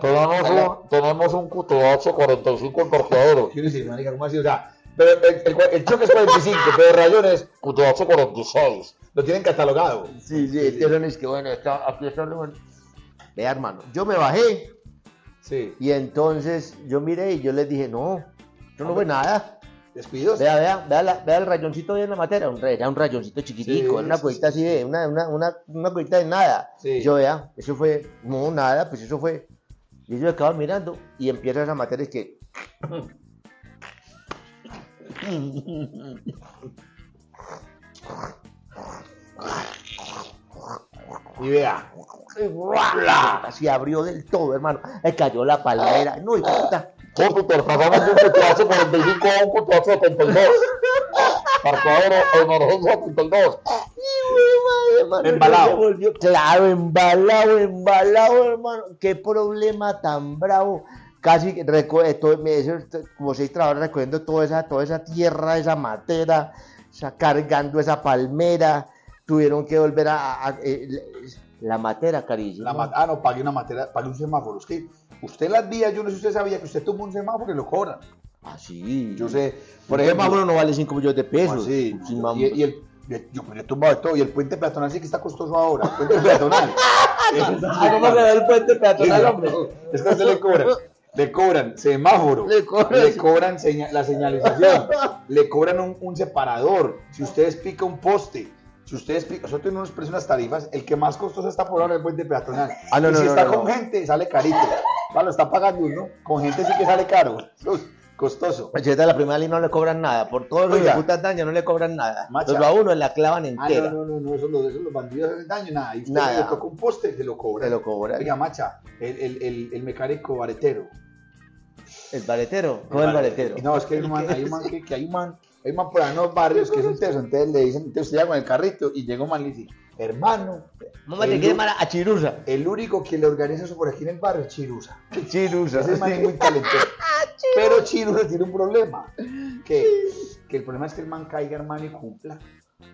[SPEAKER 3] Tenemos un, tenemos un QTH 45 en parqueadero.
[SPEAKER 1] Quiero decir, marica, ¿cómo así? O sea, pero el, el- el choque es 45, pero rayones
[SPEAKER 3] QTH 46.
[SPEAKER 1] lo tienen catalogado.
[SPEAKER 2] Sí, sí, es que son es que bueno, está, aquí está lo- Vea, hermano, yo me bajé
[SPEAKER 1] Sí.
[SPEAKER 2] y entonces yo miré y yo les dije, Ah, no, yo no veo nada.
[SPEAKER 1] Descuidos.
[SPEAKER 2] Vea, vea, vea, la- vea el rayoncito ahí en la materia, un, ra- era un rayoncito chiquitico,
[SPEAKER 1] Sí,
[SPEAKER 2] era una
[SPEAKER 1] sí,
[SPEAKER 2] cuevita así de, una, una, una, una cuevita de nada.
[SPEAKER 1] Sí.
[SPEAKER 2] Yo vea, eso fue, no, nada, pues eso fue. Y yo acabo mirando y empieza esa materia es que.
[SPEAKER 1] Y vea.
[SPEAKER 2] Se abrió del todo, hermano. Le cayó la palmera. No, y puta.
[SPEAKER 3] Cómputor, pasamos de un putazo 45 a un putazo 72. Marcador en emergencia 72.
[SPEAKER 1] Embalado.
[SPEAKER 2] Se volvió- Claro, embalado, embalado, hermano. Qué problema tan bravo. Casi que reco- eh, todo- me- eso- como seis trabajadores recogiendo toda esa, toda esa tierra, esa matera, sa- cargando esa palmera. Tuvieron que volver a. a- a- eh, la, la matera, cariño.
[SPEAKER 1] La ma- ah, no, pague una materia, pague un semáforo. Es que usted en las vías, yo no sé si usted sabía que usted tomó un semáforo y lo cobran.
[SPEAKER 2] Ah, sí.
[SPEAKER 1] Yo sé,
[SPEAKER 2] Por ejemplo, uno no vale 5 millones de pesos.
[SPEAKER 1] Ah, sí.
[SPEAKER 2] Sí, mam-
[SPEAKER 1] Y, y el, y- yo, yo he tumbado de todo. Y el puente peatonal sí que está costoso ahora. El
[SPEAKER 2] (laughs)
[SPEAKER 1] puente peatonal.
[SPEAKER 2] Ah, ¿cómo se ve el puente peatonal, hombre?
[SPEAKER 1] Es que a usted le cobran. Le cobran semáforo.
[SPEAKER 2] Le cobran-
[SPEAKER 1] le cobran seña- la señalización. le cobran un, un separador. Si usted despica un poste. Si usted despica. Nosotros tenemos unas precios, unas tarifas. El que más costoso está por ahora es el puente peatonal.
[SPEAKER 2] Ah, no,
[SPEAKER 1] y
[SPEAKER 2] no,
[SPEAKER 1] si
[SPEAKER 2] no,
[SPEAKER 1] está
[SPEAKER 2] no,
[SPEAKER 1] con
[SPEAKER 2] no.
[SPEAKER 1] gente, sale carito. Claro, lo está pagando uno. Con gente sí que sale caro. Uf, costoso.
[SPEAKER 2] Pues, esta es la primera línea no le cobran nada. Por todos los
[SPEAKER 1] Oiga.
[SPEAKER 2] de putas daños no le cobran nada.
[SPEAKER 1] Macha.
[SPEAKER 2] Los a uno la clavan
[SPEAKER 1] Ah, no,
[SPEAKER 2] entera.
[SPEAKER 1] no, no, no, eso lo- eso los bandidos hacen daño, nada. Y usted
[SPEAKER 2] Nada.
[SPEAKER 1] le toca un poste, se lo cobra.
[SPEAKER 2] Se lo cobran.
[SPEAKER 1] Oiga, macha, el, el, el, el mecánico baretero.
[SPEAKER 2] El baretero. ¿Cómo el baretero?
[SPEAKER 1] No, es que hay un man, hay un
[SPEAKER 2] (laughs)
[SPEAKER 1] man que, que hay un man, hay un man por ahí en los barrios que es un teso, entonces le dicen, entonces usted llega con el carrito y llega un man y le dice, hermano,
[SPEAKER 2] Mamá
[SPEAKER 1] el
[SPEAKER 2] te quiere
[SPEAKER 1] lu-
[SPEAKER 2] mala a Chirusa.
[SPEAKER 1] el único que le organiza eso por aquí en el barrio es Chirusa.
[SPEAKER 2] Chirusa.
[SPEAKER 1] Ese man es muy
[SPEAKER 2] (laughs)
[SPEAKER 1] talentoso.
[SPEAKER 2] Ah,
[SPEAKER 1] Pero Chirusa tiene un problema. Que, que el problema es que el man caiga, hermano, y cumpla.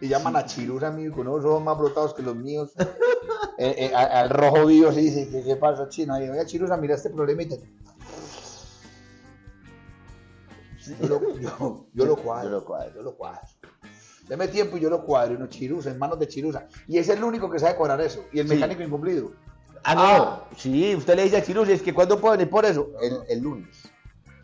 [SPEAKER 1] Y llaman a Chirusa, amigo, con unos ojos más brotados que los
[SPEAKER 2] (laughs)
[SPEAKER 1] míos. Eh, eh, a- al rojo vivo se dice, ¿qué, qué pasa, Chino? Y oye, Chirusa, mira este problema y te... Yo lo, yo, yo lo cuadro, yo lo cuadro, yo lo cuadro. Deme tiempo y yo lo cuadro, y no Chirusa, en manos de Chirusa. Y es el único que sabe cuadrar eso. Y el
[SPEAKER 2] Sí.
[SPEAKER 1] mecánico incumplido.
[SPEAKER 2] Ah,
[SPEAKER 1] Ah.
[SPEAKER 2] no. Sí, usted le dice a Chirusa, es que ¿cuándo puedo venir por eso? El, el lunes.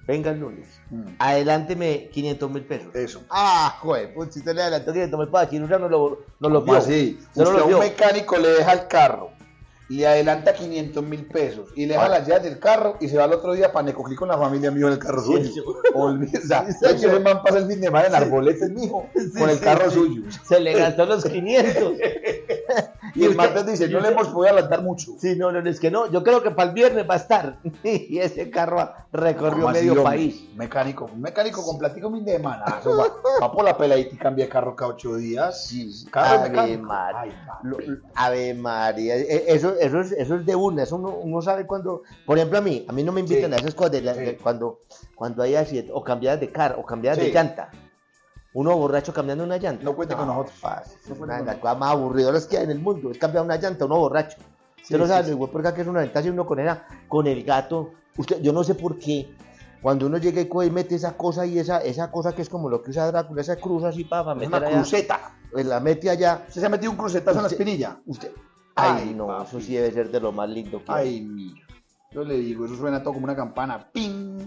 [SPEAKER 2] Venga el lunes.
[SPEAKER 1] Mm.
[SPEAKER 2] Adelánteme 500 mil pesos.
[SPEAKER 1] Eso.
[SPEAKER 2] Ah, joder, pues, si usted le adelantó 500 mil pesos a Chirusa, no lo, no lo
[SPEAKER 1] ¿Cómo
[SPEAKER 2] vio.
[SPEAKER 1] así?
[SPEAKER 2] No
[SPEAKER 1] Usted
[SPEAKER 2] lo
[SPEAKER 1] a
[SPEAKER 2] vio.
[SPEAKER 1] un mecánico le deja el carro, le adelanta 500 mil pesos y
[SPEAKER 2] Ah.
[SPEAKER 1] le deja las llaves del carro y se va al otro día para Necoclí con la familia mío en el carro suyo. Olvídese.
[SPEAKER 2] (laughs) Sí,
[SPEAKER 1] ¿Sabes que
[SPEAKER 2] señor.
[SPEAKER 1] ese man pasa el fin de semana en arboletes, mijo? con el
[SPEAKER 2] sí,
[SPEAKER 1] carro
[SPEAKER 2] sí.
[SPEAKER 1] suyo.
[SPEAKER 2] Se le gastó los 500.
[SPEAKER 1] Y el
[SPEAKER 2] usted-
[SPEAKER 1] martes dice,
[SPEAKER 2] y
[SPEAKER 1] no le
[SPEAKER 2] usted-
[SPEAKER 1] hemos podido adelantar mucho.
[SPEAKER 2] Sí, no, no, es que no. Yo creo que para el viernes va a estar. (laughs) Y ese carro recorrió
[SPEAKER 1] ¿Cómo así,
[SPEAKER 2] medio
[SPEAKER 1] hombre?
[SPEAKER 2] país.
[SPEAKER 1] Mecánico, un mecánico con platico fin de semana. Eso va, va por la peladita y cambia de carro cada ocho días.
[SPEAKER 2] Sí,
[SPEAKER 1] Carro
[SPEAKER 2] Ave
[SPEAKER 1] mecánico.
[SPEAKER 2] María.
[SPEAKER 1] Ay,
[SPEAKER 2] Lo-
[SPEAKER 1] papi.
[SPEAKER 2] Ave María, e- eso, eso, es, eso es de una, eso uno, uno sabe cuando, por ejemplo a mí, a mí no me invitan
[SPEAKER 1] Sí,
[SPEAKER 2] a esas cosas de la- de
[SPEAKER 1] sí.
[SPEAKER 2] cuando, cuando hay accidentes, o cambiadas de carro, o cambiadas de
[SPEAKER 1] Sí.
[SPEAKER 2] llanta, uno borracho cambiando una llanta.
[SPEAKER 1] No cuente con nosotros.
[SPEAKER 2] parce, es
[SPEAKER 1] No cuente
[SPEAKER 2] una de
[SPEAKER 1] con
[SPEAKER 2] las cosas más aburridoras que hay en el mundo, es cambiar una llanta, uno borracho.
[SPEAKER 1] Sí,
[SPEAKER 2] Usted no
[SPEAKER 1] sí,
[SPEAKER 2] sabe,
[SPEAKER 1] sí.
[SPEAKER 2] lo igual por acá que es una ventaja y uno con ella, con el gato, usted, yo no sé por qué, cuando uno llega y coge y mete esa cosa y esa, esa cosa que es como lo que usa Drácula, esa cruz así para, para
[SPEAKER 1] Es
[SPEAKER 2] meter
[SPEAKER 1] una
[SPEAKER 2] allá,
[SPEAKER 1] cruceta.
[SPEAKER 2] pues la mete allá,
[SPEAKER 1] ¿Usted se ha metido un crucetazo en la
[SPEAKER 2] Usted-
[SPEAKER 1] espinilla?
[SPEAKER 2] Usted. Ay,
[SPEAKER 1] Ay,
[SPEAKER 2] no,
[SPEAKER 1] papi.
[SPEAKER 2] eso sí debe ser de lo más lindo que hay.
[SPEAKER 1] Ay, mío. Yo le digo, eso suena todo como una campana. ¡Ping!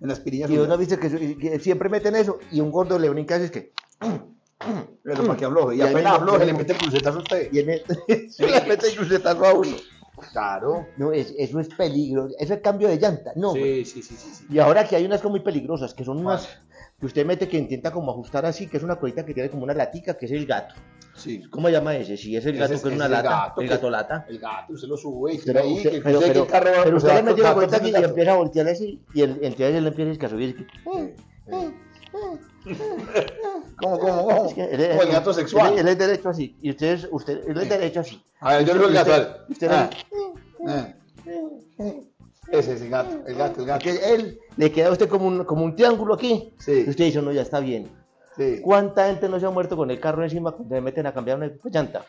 [SPEAKER 1] En las pirillas.
[SPEAKER 2] Y uno viste que, su- que siempre meten eso y un gordo le brinca y es que.
[SPEAKER 1] Pero para que
[SPEAKER 2] (clears throat)
[SPEAKER 1] afloje. Y,
[SPEAKER 2] Y ahí
[SPEAKER 1] apenas
[SPEAKER 2] no-
[SPEAKER 1] afloje, le mete el crucetazo a usted.
[SPEAKER 2] Y en el- le mete el crucetazo a uno.
[SPEAKER 1] Claro.
[SPEAKER 2] (laughs) No, es- eso es peligro. Eso es cambio de llanta. No. güey.
[SPEAKER 1] Sí, sí, sí, sí. sí.
[SPEAKER 2] Y ahora que hay unas que son muy peligrosas, que son unas que usted mete que intenta como ajustar así, que es una colita que tiene como una latica, que es el gato.
[SPEAKER 1] Sí.
[SPEAKER 2] ¿Cómo llama ese? Si es el
[SPEAKER 1] Ese
[SPEAKER 2] gato
[SPEAKER 1] es-
[SPEAKER 2] que
[SPEAKER 1] ese
[SPEAKER 2] es una
[SPEAKER 1] es el
[SPEAKER 2] lata.
[SPEAKER 1] gato
[SPEAKER 2] el
[SPEAKER 1] que-
[SPEAKER 2] gato lata.
[SPEAKER 1] El gato, usted lo sube y
[SPEAKER 2] Usted
[SPEAKER 1] usted
[SPEAKER 2] no-
[SPEAKER 1] ahí,
[SPEAKER 2] usted-
[SPEAKER 1] que
[SPEAKER 2] pero,
[SPEAKER 1] usted que
[SPEAKER 2] pero-
[SPEAKER 1] el carro va-
[SPEAKER 2] pero
[SPEAKER 1] o
[SPEAKER 2] usted
[SPEAKER 1] sea,
[SPEAKER 2] le metió la
[SPEAKER 1] gato
[SPEAKER 2] cuenta
[SPEAKER 1] tiene
[SPEAKER 2] aquí y
[SPEAKER 1] gato.
[SPEAKER 2] empieza a voltear así, y el, entonces él empieza a escasobir. y es que,
[SPEAKER 1] ¿Cómo, cómo, cómo?
[SPEAKER 2] Es que él es-
[SPEAKER 1] Como el gato
[SPEAKER 2] Él,
[SPEAKER 1] sexual.
[SPEAKER 2] él es derecho así. Y ustedes, usted, él es
[SPEAKER 1] Sí.
[SPEAKER 2] derecho así.
[SPEAKER 1] A ver, yo le digo el gato.
[SPEAKER 2] Usted-
[SPEAKER 1] dale.
[SPEAKER 2] usted
[SPEAKER 1] Ah,
[SPEAKER 2] le-
[SPEAKER 1] ah. Eh. Ese es el gato, el gato, el gato.
[SPEAKER 2] que él le queda a usted como un, como un triángulo aquí.
[SPEAKER 1] Sí,
[SPEAKER 2] Y usted dice, no, ya está bien.
[SPEAKER 1] sí.
[SPEAKER 2] ¿Cuánta gente no se ha muerto con el carro encima cuando le meten a cambiar una llanta?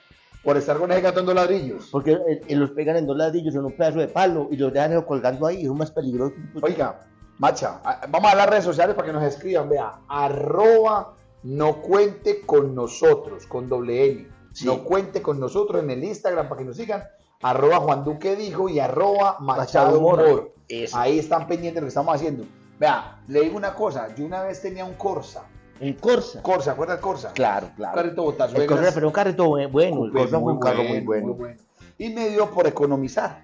[SPEAKER 1] Por estar con ese gato en dos ladrillos.
[SPEAKER 2] Porque eh, eh, los pegan en dos ladrillos en un pedazo de palo y los dejan colgando ahí. Es más peligroso.
[SPEAKER 1] Oiga, Macha, a- vamos a las redes sociales para que nos escriban. Vea, arroba no cuente con nosotros, con doble N.
[SPEAKER 2] Sí.
[SPEAKER 1] No cuente con nosotros en el Instagram para que nos sigan. Arroba Juan Duque dijo y arroba Machado
[SPEAKER 2] Machado Moro.
[SPEAKER 1] Moro.
[SPEAKER 2] Eso.
[SPEAKER 1] Ahí están pendientes de lo que estamos haciendo. Vea, le digo una cosa, yo una vez tenía un Corsa.
[SPEAKER 2] Un Corsa.
[SPEAKER 1] Corsa, ¿acuerdas del Corsa?
[SPEAKER 2] Claro,
[SPEAKER 1] Un
[SPEAKER 2] claro.
[SPEAKER 1] carrito botazo.
[SPEAKER 2] El Corsa, pero un carrito bu- bueno. El
[SPEAKER 1] Coupé,
[SPEAKER 2] Corsa fue un carro
[SPEAKER 1] muy
[SPEAKER 2] muy bueno.
[SPEAKER 1] Y me dio por economizar,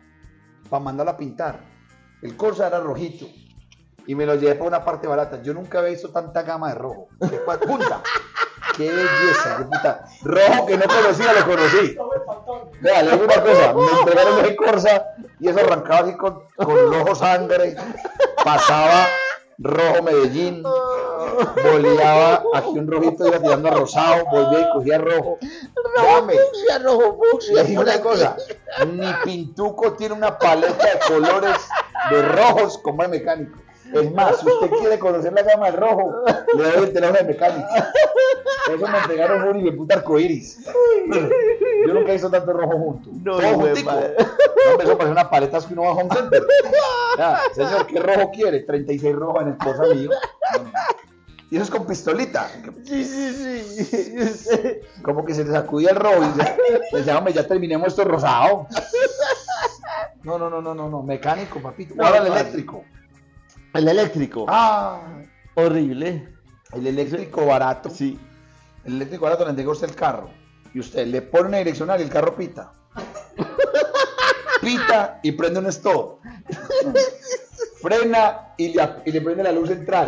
[SPEAKER 1] para mandarlo a pintar. El Corsa era rojito. Y me lo llevé por una parte barata. Yo nunca había visto tanta gama de rojo. De cua-
[SPEAKER 2] (laughs)
[SPEAKER 1] punta. ¡Qué belleza! qué puta. Rojo que no conocía, lo conocí. Vea, le digo una cosa. Me entregaron el Corsa y eso arrancaba así con, con rojo sangre. Pasaba rojo Medellín. Boleaba aquí un rojito, iba tirando a rosado. Volvía y cogía rojo. Dame.
[SPEAKER 2] Fucsia, rojo, fucsia,
[SPEAKER 1] Le digo una
[SPEAKER 2] por aquí.
[SPEAKER 1] cosa, ni Pintuco tiene una paleta de colores de rojos como el mecánico. Es más, si usted quiere conocer la gama del rojo, le doy el teléfono al mecánico. Eso me entregaron un hijo de puta arcoiris. Yo nunca he visto tanto rojo junto.
[SPEAKER 2] No,
[SPEAKER 1] Todo
[SPEAKER 2] hijo de
[SPEAKER 1] juntico.
[SPEAKER 2] madre.
[SPEAKER 1] No, hombre, eso parece una paleta que uno va a Home Center. Ya, señor, ¿qué rojo quiere? 36 rojo en el esposa mío. No, no. Y eso es con pistolita.
[SPEAKER 2] Sí, sí, sí. yo sé.
[SPEAKER 1] Como que se le sacudía el robo y ya, decía, hombre, ya terminemos esto rosado. No, no, no, no, no, no, mecánico, papito.
[SPEAKER 2] No,
[SPEAKER 1] Ahora el
[SPEAKER 2] vale.
[SPEAKER 1] eléctrico.
[SPEAKER 2] El eléctrico.
[SPEAKER 1] Ah,
[SPEAKER 2] Horrible.
[SPEAKER 1] el eléctrico barato.
[SPEAKER 2] Sí.
[SPEAKER 1] El eléctrico barato le entrega a usted el carro. Y usted le pone una direccional y el carro pita. Pita y prende un stop. Frena y le, ap- y le prende la luz central.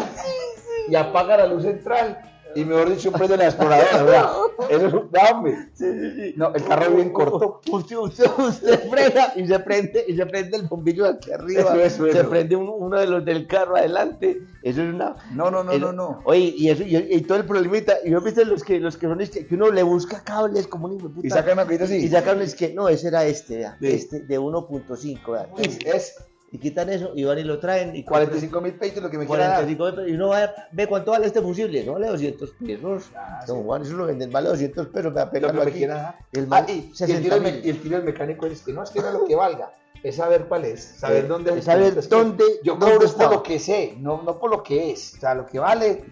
[SPEAKER 1] Y apaga la luz central. Y mejor dicho, prende la exploradora. ¿verdad? Eso es un dame.
[SPEAKER 2] Sí, sí, sí. Uh.
[SPEAKER 1] No, el carro es bien corto.
[SPEAKER 2] Usted, usted, usted frena y se prende, y se prende el bombillo de aquí arriba.
[SPEAKER 1] Eso, eso,
[SPEAKER 2] se
[SPEAKER 1] eso.
[SPEAKER 2] prende uno, uno de los del carro adelante. Eso es una.
[SPEAKER 1] No, no, no,
[SPEAKER 2] el-
[SPEAKER 1] no, no.
[SPEAKER 2] Oye, y eso, y, y todo el problemita. Y yo viste los que los que son es que, que uno le busca cables como un hijo de puta.
[SPEAKER 1] Y saca una cosita así.
[SPEAKER 2] Y sacan es que no, ese era este, vea,
[SPEAKER 1] Sí.
[SPEAKER 2] este de 1.5, vea.
[SPEAKER 1] Es
[SPEAKER 2] Y quitan eso y van y lo traen y compran
[SPEAKER 1] 45 mil peitos lo que me quiera dar.
[SPEAKER 2] 45 pesos. Y uno va, ve cuánto vale este fusible. No vale 200 pesos.
[SPEAKER 1] Ah,
[SPEAKER 2] Don
[SPEAKER 1] sí.
[SPEAKER 2] Juan, eso lo venden, vale 200 pesos. Me
[SPEAKER 1] Lo
[SPEAKER 2] apega
[SPEAKER 1] que me quiera dar.
[SPEAKER 2] El
[SPEAKER 1] Ah,
[SPEAKER 2] mal,
[SPEAKER 1] y, y el
[SPEAKER 2] 60
[SPEAKER 1] tiro del me-
[SPEAKER 2] mil.
[SPEAKER 1] y el tiro del mecánico es que no es que no es lo que valga, es saber cuál es, saber
[SPEAKER 2] Eh,
[SPEAKER 1] dónde es.
[SPEAKER 2] saber
[SPEAKER 1] es que
[SPEAKER 2] dónde-
[SPEAKER 1] Yo
[SPEAKER 2] dónde
[SPEAKER 1] cobro es
[SPEAKER 2] está.
[SPEAKER 1] por lo que sé, no, no por lo que es. O sea, lo que vale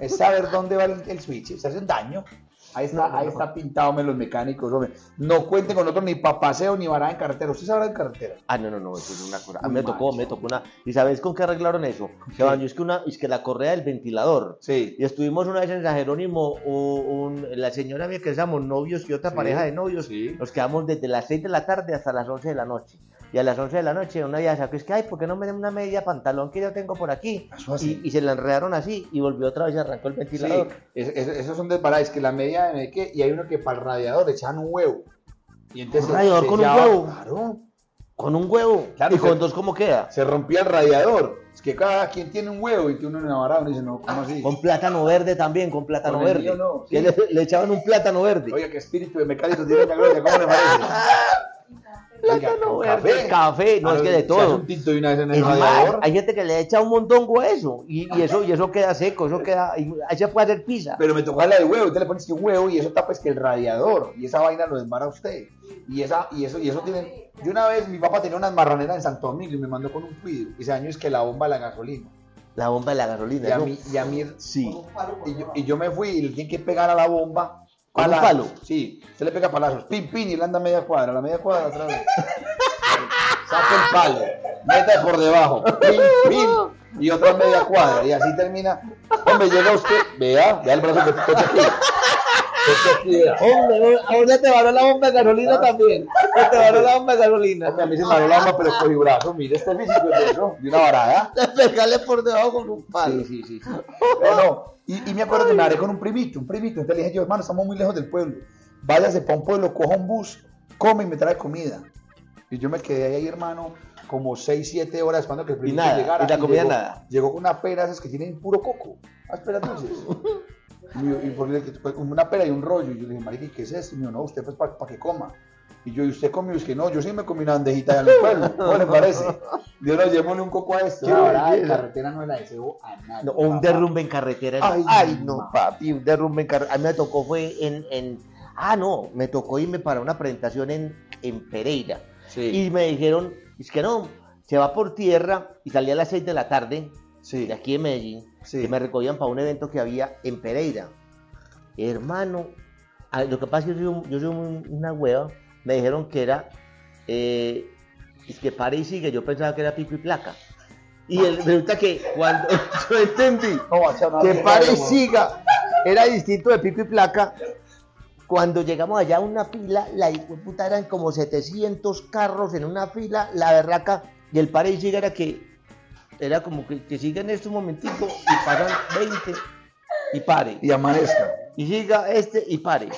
[SPEAKER 1] es saber dónde va el, el switch, se hace un daño. Ahí está, ahí está pintado me los mecánicos, hombre. No cuenten con nosotros ni para paseo ni varada en carretera. Usted sabrá en carretera.
[SPEAKER 2] Ah, no, no, no, eso es una cosa. A mí
[SPEAKER 1] Muy
[SPEAKER 2] me tocó,
[SPEAKER 1] macho.
[SPEAKER 2] me tocó una. ¿Y sabes con qué arreglaron eso? Se van, yo es que una, es que la correa del ventilador.
[SPEAKER 1] Sí.
[SPEAKER 2] Y estuvimos una vez en San Jerónimo, u- un- la señora mía que éramos novios y otra
[SPEAKER 1] Sí,
[SPEAKER 2] pareja de novios,
[SPEAKER 1] sí.
[SPEAKER 2] nos quedamos desde las 6 de la tarde hasta las 11 de la noche. Y a las 11 de la noche una ya sacó, es que, ay, ¿por qué no me den una media pantalón que yo tengo por aquí?
[SPEAKER 1] Eso así.
[SPEAKER 2] Y, y se la enredaron así y volvió otra vez y arrancó el
[SPEAKER 1] Ah, Sí,
[SPEAKER 2] ventilador.
[SPEAKER 1] es- es- esos son desbarates que la media de que y hay uno que para el radiador le echaban un huevo. Y entonces
[SPEAKER 2] ¿Un radiador
[SPEAKER 1] se
[SPEAKER 2] con un
[SPEAKER 1] llama-
[SPEAKER 2] huevo?
[SPEAKER 1] Claro.
[SPEAKER 2] Con un huevo.
[SPEAKER 1] Claro,
[SPEAKER 2] y con
[SPEAKER 1] se-
[SPEAKER 2] dos, ¿cómo queda?
[SPEAKER 1] Se rompía el radiador. Es que cada quien tiene un huevo y tiene una varada. Uno dice, no, ¿cómo así?
[SPEAKER 2] Con plátano verde también, con plátano
[SPEAKER 1] Con el
[SPEAKER 2] verde.
[SPEAKER 1] mío no,
[SPEAKER 2] Que
[SPEAKER 1] sí.
[SPEAKER 2] le, le echaban un plátano verde.
[SPEAKER 1] Oiga, qué espíritu de mecánico tiene la gloria. ¿Cómo le parece? Oiga,
[SPEAKER 2] Plátano
[SPEAKER 1] con
[SPEAKER 2] verde, café, no
[SPEAKER 1] Ah,
[SPEAKER 2] es que de
[SPEAKER 1] se hace
[SPEAKER 2] todo.
[SPEAKER 1] un tinto de una vez en el
[SPEAKER 2] Es más,
[SPEAKER 1] radiador.
[SPEAKER 2] hay gente que le echa un mondongo a eso y, y eso y eso queda seco, eso queda, y ahí se puede hacer pizza.
[SPEAKER 1] Pero me tocó la de huevo. Usted le pones que un huevo y eso tapa es que el radiador. Y esa vaina lo desmara usted. Y, esa, y eso, y eso tiene. Yo una vez mi papá tenía unas marroneras en Santo Domingo y me mandó con un cuido. Y ese año es que la bomba de la gasolina.
[SPEAKER 2] La bomba de la
[SPEAKER 1] Y
[SPEAKER 2] gasolina,
[SPEAKER 1] a
[SPEAKER 2] ¿no?
[SPEAKER 1] mí, y a mí
[SPEAKER 2] Sí.
[SPEAKER 1] Y yo, y yo me fui y le tienen que pegar a la bomba.
[SPEAKER 2] ¿Con un
[SPEAKER 1] palazos.
[SPEAKER 2] palo?
[SPEAKER 1] Sí, se le pega palazos. Pin, pin, y le anda a media cuadra, a la media cuadra otra vez. Saca el palo, mete por debajo. Pin, pin, y otra media cuadra. Y así termina. Hombre, llega usted, vea, vea el brazo que toca aquí. Toca aquí, vea.
[SPEAKER 2] Hombre, no, ahora te varó la bomba de gasolina también. Te varó la bomba de (laughs) gasolina.
[SPEAKER 1] Hombre, a mí se me abrió la alma, pero con mi brazo, mire este físico de eso, de una varada.
[SPEAKER 2] Pegarle por debajo con un
[SPEAKER 1] Sí, sí, sí. sí. (laughs) Pero Eh, no, y, y me acuerdo que me haré con un primito, un primito. Entonces le dije yo, hermano, estamos muy lejos del pueblo. Váyase para un pueblo, coja un bus, come y me trae comida. Y yo me quedé ahí, hermano, como 6, 7 horas esperando que el primito
[SPEAKER 2] nada,
[SPEAKER 1] llegara.
[SPEAKER 2] y la comida
[SPEAKER 1] llegó,
[SPEAKER 2] nada.
[SPEAKER 1] Llegó con una pera, esas que tienen puro coco. Las peras dulces.
[SPEAKER 2] (laughs)
[SPEAKER 1] Y, yo- y porque le- pues, como una pera y un rollo. Y yo le dije, marica, ¿y ¿qué es esto? Y me dijo, no, usted pues para que coma. Y yo, ¿y usted comió? Y es que no, yo sí me comí una bandejita allá en el
[SPEAKER 2] (laughs)
[SPEAKER 1] pueblo. ¿Cómo le parece? Yo no, llévole un coco a esto.
[SPEAKER 2] Qué
[SPEAKER 1] Ahora, de
[SPEAKER 2] belleza.
[SPEAKER 1] carretera no la deseo a nadie.
[SPEAKER 2] No, o un
[SPEAKER 1] papá.
[SPEAKER 2] derrumbe en carretera.
[SPEAKER 1] Ay,
[SPEAKER 2] Ay, no,
[SPEAKER 1] mamá.
[SPEAKER 2] papi, un derrumbe en carretera. A mí me tocó fue en, en... Ah, no, me tocó irme para una presentación en, en Pereira.
[SPEAKER 1] Sí.
[SPEAKER 2] Y me dijeron, es que no, se va por tierra y salía a las 6 de la tarde
[SPEAKER 1] sí.
[SPEAKER 2] de aquí de Medellín.
[SPEAKER 1] Sí.
[SPEAKER 2] Y me recogían para un evento que había en Pereira. Hermano, a- lo que pasa es que yo soy, un- yo soy un- una hueva. Me dijeron que era, eh, es que pare y sigue. Yo pensaba que era pico y placa. Y el- resulta que cuando (laughs) yo entendí
[SPEAKER 1] No, o sea, no,
[SPEAKER 2] que
[SPEAKER 1] no,
[SPEAKER 2] pare
[SPEAKER 1] no,
[SPEAKER 2] y
[SPEAKER 1] no.
[SPEAKER 2] siga era distinto de pico y placa. Cuando llegamos allá a una fila, la hijo de puta eran como 700 carros en una fila, la berraca, y el pare y siga era que era como que, que siga en este momentico y pasan 20 y pare.
[SPEAKER 1] Y amanezca.
[SPEAKER 2] Y siga este y pare.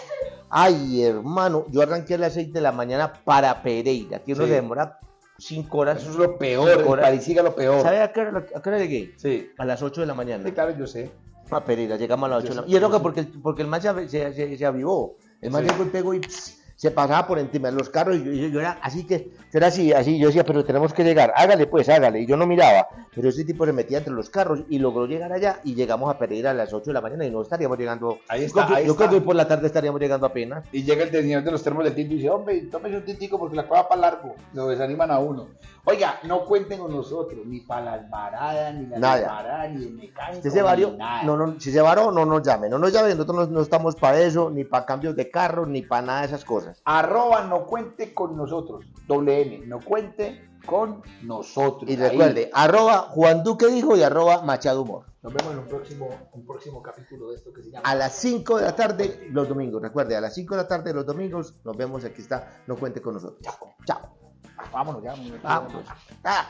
[SPEAKER 2] Ay, hermano, yo arranqué a las 6 de la mañana para Pereira, que uno
[SPEAKER 1] Sí.
[SPEAKER 2] se demora 5 horas.
[SPEAKER 1] Eso es lo peor, el
[SPEAKER 2] Ahora-
[SPEAKER 1] pare y siga lo peor.
[SPEAKER 2] ¿Sabe a qué hora, a qué hora llegué?
[SPEAKER 1] Sí.
[SPEAKER 2] A las 8 de la mañana.
[SPEAKER 1] Sí, claro, yo sé.
[SPEAKER 2] A Pereira, llegamos a las 8 de la
[SPEAKER 1] Yo sé.
[SPEAKER 2] Y es loca porque, porque el man se, av- se, se- se avivó. El man
[SPEAKER 1] Sí.
[SPEAKER 2] llegó y pegó y pss, se pasaba por encima de los carros. Y yo, yo- yo era así que, yo era así, así. Yo decía, pero tenemos que llegar, hágale pues, hágale. Y yo no miraba. Pero ese tipo se metía entre los carros y logró llegar allá. Y llegamos a Pereira a las 8 de la mañana y no estaríamos llegando.
[SPEAKER 1] Ahí
[SPEAKER 2] Yo
[SPEAKER 1] está,
[SPEAKER 2] creo que-
[SPEAKER 1] ahí
[SPEAKER 2] yo
[SPEAKER 1] está.
[SPEAKER 2] creo que hoy por la tarde estaríamos llegando apenas.
[SPEAKER 1] Y llega el señor de los termos del tinto y dice, hombre, tómese un tintico porque la cosa para largo. Lo desaniman a uno. Oiga, no cuenten con nosotros, ni para las varadas, ni las
[SPEAKER 2] Nada.
[SPEAKER 1] varadas, ni el mecánico,
[SPEAKER 2] Si se varió,
[SPEAKER 1] ni nada.
[SPEAKER 2] no, no, si se varó, no nos llame. No nos llame, nosotros no, no estamos para eso, ni para cambios de carro, ni para nada de esas cosas.
[SPEAKER 1] Arroba no cuente con nosotros. Doble N, no cuente con nosotros.
[SPEAKER 2] Y
[SPEAKER 1] Ahí.
[SPEAKER 2] recuerde, arroba Juan Duque dijo y arroba Machado Humor.
[SPEAKER 1] Nos vemos en un próximo, un próximo capítulo de esto que se llama.
[SPEAKER 2] A las 5 de la tarde los domingos. Recuerde, a las 5 de la tarde los domingos nos vemos. Aquí está. No cuente con nosotros. Chao.
[SPEAKER 1] Vámonos ya. muñeco.
[SPEAKER 2] Vámonos. Ah.